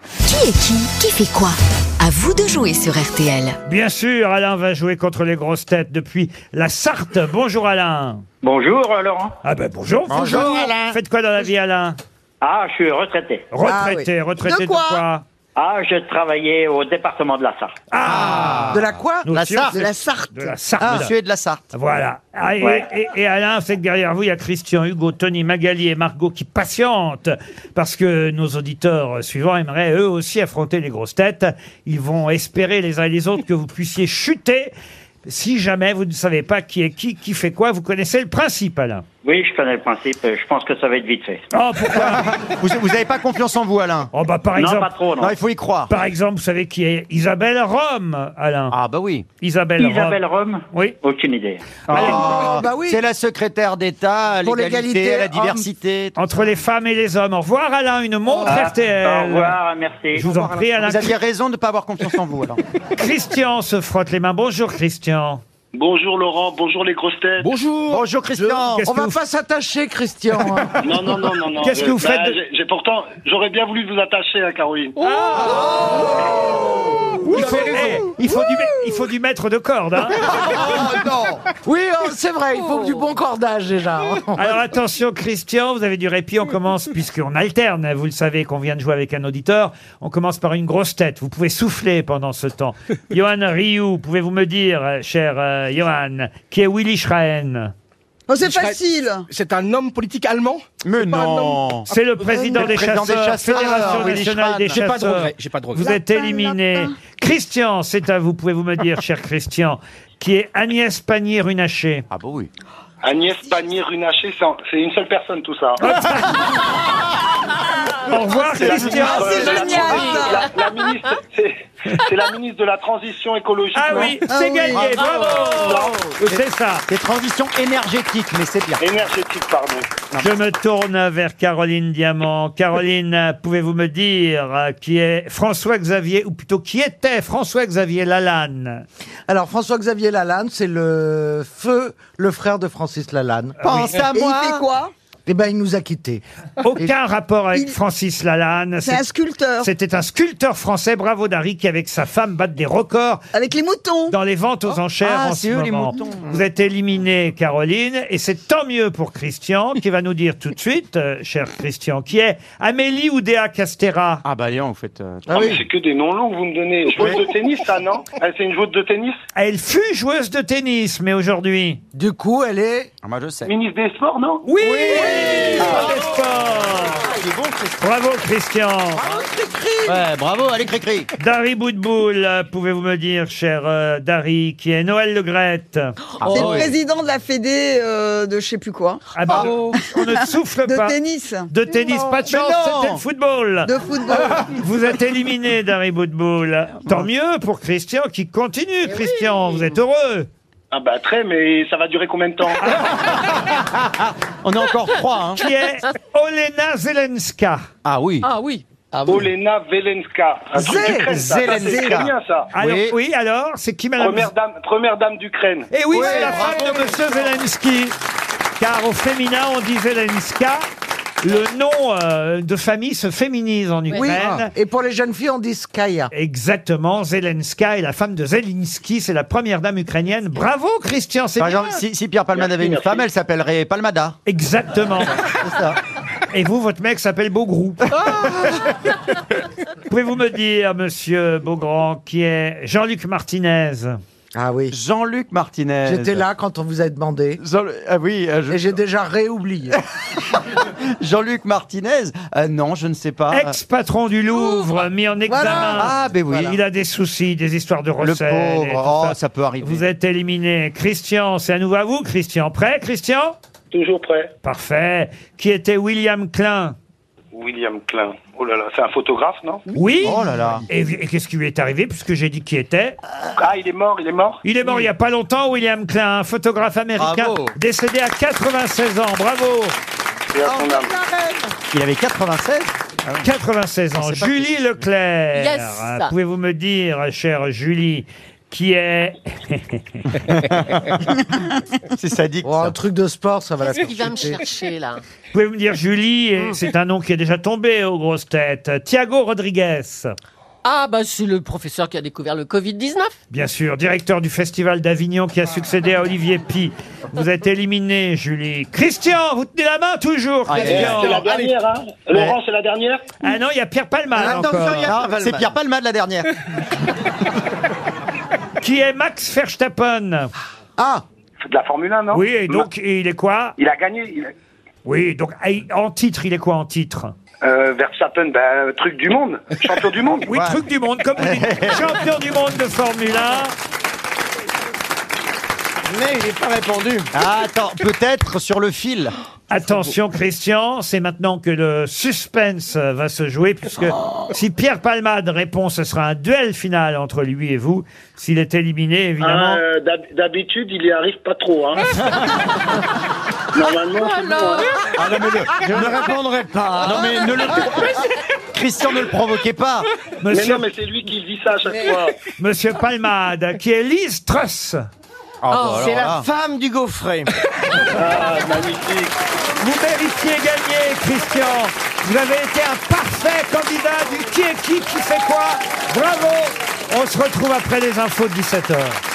Qui est qui Qui fait quoi À vous de jouer sur RTL. Bien sûr, Alain va jouer contre les grosses têtes depuis la Sarthe. Bonjour Alain. Bonjour euh, Laurent. Ah ben bonjour. Bonjour, Alain. Faites quoi dans la vie Alain Ah, je suis retraité. Retraité, Ah oui. retraité de De quoi quoi, Ah, je travaillais au département de la Sarthe. Ah De la quoi Nous La aussi, Sarthe. De la Sarthe. De la Sarthe. Ah, Monsieur est de la Sarthe. Voilà. Ah, et, Ouais. et- et Alain, c'est que derrière vous, il y a Christian, Hugo, Tony, Magali et Margot qui patientent parce que nos auditeurs suivants aimeraient eux aussi affronter les grosses têtes. Ils vont espérer les uns et les autres que vous puissiez chuter. Si jamais vous ne savez pas qui est qui, qui fait quoi, vous connaissez le principe, Alain. Oui, je connais le principe. euh, Je pense que ça va être vite fait. Oh, pourquoi Vous n'avez pas confiance en vous, Alain Oh, bah, par non, exemple. pas trop, non. Non, il faut y croire. Par exemple, vous savez qui est Isabelle Rome, Alain. Ah, bah oui. Isabelle, Isabelle Rome Oui. Aucune idée. Ah, bah oui. C'est la secrétaire d'État à Pour l'égalité, l'égalité, à la homme- diversité. Entre les femmes et les hommes. Au revoir, Alain, une montre Ah, RTL. Au revoir, merci. Je vous en prie, Alain. Vous aviez raison de ne pas avoir confiance en vous, Alain. Christian se frotte les mains. Bonjour, Christian. Bonjour Laurent, bonjour les grosses têtes. Bonjour. Bonjour, Christian. Qu'est-ce On que va vous- pas s'attacher, Christian. hein. Non, non, non, non, non. Euh, bah, Qu'est-ce que vous faites de- j'ai- j'ai- pourtant, j'aurais bien voulu vous attacher hein, à Caroline. il, faut, eh, il faut du, il faut du maître de corde. hein. Oh, non oui, oh, c'est vrai, il faut du bon cordage déjà. Alors attention, Christian, vous avez du répit. On commence, puisqu'on alterne, hein, vous le savez, qu'on vient de jouer avec un auditeur. On commence par une grosse tête. Vous pouvez souffler pendant ce temps. Johan Rioux, pouvez-vous me dire, euh, cher euh, Johan, qui est Willy Schrein Oh, c'est facile C'est un homme politique allemand Mais pas non C'est le président, le des, président des chasseurs, chasseurs, Fédération Willy nationale Schrein. des Ah, J'ai chasseurs. pas de regret. J'ai pas de regret. Vous êtes éliminé. Christian, c'est à vous. Pouvez-vous me dire, cher Christian, qui est Agnès Pannier-Runacher Ah, bah oui. Agnès Pannier-Runacher, c'est en- c'est une seule personne tout ça. Ah, Au revoir, Christian. Euh, c'est la- génial, ça. la- la ministre- C'est c'est la ministre de la transition écologique. Ah non oui, c'est oui. gagné. Bravo. C'est ça. Des transitions énergétiques, mais c'est bien. Énergétique, pardon. Je me tourne vers Caroline Diamant. Caroline, pouvez-vous me dire euh, qui est François-Xavier, ou plutôt qui était François-Xavier Lalanne Alors, François-Xavier Lalanne, c'est le feu, le frère de Francis Lalanne. Pense à Ah Et il fait moi quoi Eh ben, il nous a quittés. Aucun rapport avec il- Francis Lalanne. C'est un C'est- Oh. sculpteur. C'était un sculpteur français, bravo Dari, qui avec sa femme battent des records Avec les moutons. dans les ventes aux enchères Ah, en c'est ce eux, les moment. moutons. Vous êtes éliminé, Caroline, et c'est tant mieux pour Christian, qui va nous dire tout de suite, euh, cher Christian, qui est Amélie Oudéa Castera. Ah, bah, Léon, vous faites. euh, Ah, mais c'est que des noms longs que vous me donnez. Joueuse de tennis, ça, non Elle, C'est une joueuse de tennis Elle fut joueuse de tennis, mais aujourd'hui. Du coup, elle est. Ah, moi, je sais. Ministre des Sports, non Oui, Ah. ministre des Sports. Bravo Christian Ah. Ouais, bravo, allez, Cricri. Dari Boudboul, euh, pouvez-vous me dire, cher euh, Dari, qui est Noël Le Grette Ah, C'est Oh, oui. le président de la Fédé euh, de je sais plus quoi. Oh. Ah bah, On ne souffle De pas tennis. De tennis, pas de Mais chance, non. c'était le football De football. Vous êtes éliminé, Dari Boudboul. Tant mieux pour Christian qui Eh continue. Christian, vous êtes heureux. Ah bah très, mais ça va durer combien de temps Ah, On est encore trois, hein. Qui est Olena Zelenska. Ah, oui. Ah oui. Olena Velenska. Un truc Zé- d'Ukraine, ça. Ça, C'est Zelenska. très bien, ça. Alors, oui. Oui. Oh, alors, c'est qui, madame Première dame, première dame d'Ukraine. Eh oui, Ouais, c'est la femme bravo, de monsieur Zelensky. Car au féminin, on dit Zelenska. Le nom euh, de famille se féminise en Oui. Ah. Ukraine. Et pour les jeunes filles, on dit Skaya. Exactement, Zelenska est la femme de Zelensky, c'est la première dame ukrainienne. Bravo Christian, c'est Par bien. exemple, si, si Pierre Palman Merci, avait une merci. femme, elle s'appellerait Palmada. Exactement. C'est ça. Oh. Et vous, votre mec s'appelle Beaugrou. Pouvez-vous me dire, monsieur Beaugrand, qui est Jean-Luc Martinez Ah oui. Jean-Luc Martinez. J'étais là quand on vous a demandé. Jean- ah oui, euh, je- Et j'ai déjà réoublié. Jean-Luc Martinez. Euh, non, je ne sais pas. Ex-patron du Louvre, mis en examen. Ah, ben oui. Il a des soucis, des histoires de Le recettes. et tout pauvre. ça. Oh, ça peut arriver. Vous êtes éliminé. Christian, c'est à nouveau à vous, Christian. Prêt, Christian Toujours prêt. Parfait. Qui était William Klein William Klein. Oh là là, c'est un photographe, non Oui. Oh là là. Et, et qu'est-ce qui lui est arrivé puisque j'ai dit qui était Ah, il est mort, il est mort Il est mort il n'y a pas longtemps, William Klein, un photographe américain Bravo. décédé à 96 ans. Bravo Et à Oh, son âme. Il avait 96 96 ans. Ah c'est pas Julie Leclerc. Ah, Yes. Euh, Pouvez-vous me dire, chère Julie, qui est C'est sadique. Oh, un ça. truc de sport, ça va la Qu'est-ce qui va me percuter. chercher là Vous pouvez me dire Julie, Mm. et c'est un nom qui est déjà tombé aux grosses têtes. Thiago Rodriguez, Ah bah c'est le professeur qui a découvert le Covid-19. bien sûr, directeur du Festival d'Avignon qui a succédé à Olivier Pi. Vous êtes éliminé, Julie. Christian, vous tenez la main toujours, Ah, Christian. C'est la dernière, hein Laurent, c'est la dernière Ah non, il y a Pierre Palman encore. Ah, C'est Pierre Palma de la dernière. Qui est Max Verstappen. Ah, De la Formule 1, non Oui, et donc, il est quoi Il a gagné. il- Oui, donc, en titre, il est quoi en titre Euh, Verstappen, ben, truc du monde, champion du monde. Oui, truc du monde, comme vous dites. Champion du monde de Formule 1. Mais il n'est pas répondu. Ah, attends, peut-être sur le fil. Attention Christian, c'est maintenant que le suspense euh, va se jouer puisque si Pierre Palmade répond, ce sera un duel final entre lui et vous. S'il est éliminé, évidemment. Euh, d'hab- D'habitude, il y arrive pas trop. Hein. Normalement, c'est bon. hein. Ah, non, mais le- je ne répondrai pas. Non, mais ne le. Christian, ne le provoquez pas. Mais Monsieur, non, mais c'est lui qui dit ça à chaque fois. Monsieur Palmade, qui est Lise Truss. Ah, Oh, c'est la fin. Ah, magnifique. Vous méritiez gagner, Christian. Vous avez été un parfait candidat du qui est qui, qui fait quoi. Bravo. On se retrouve après les infos de 17h.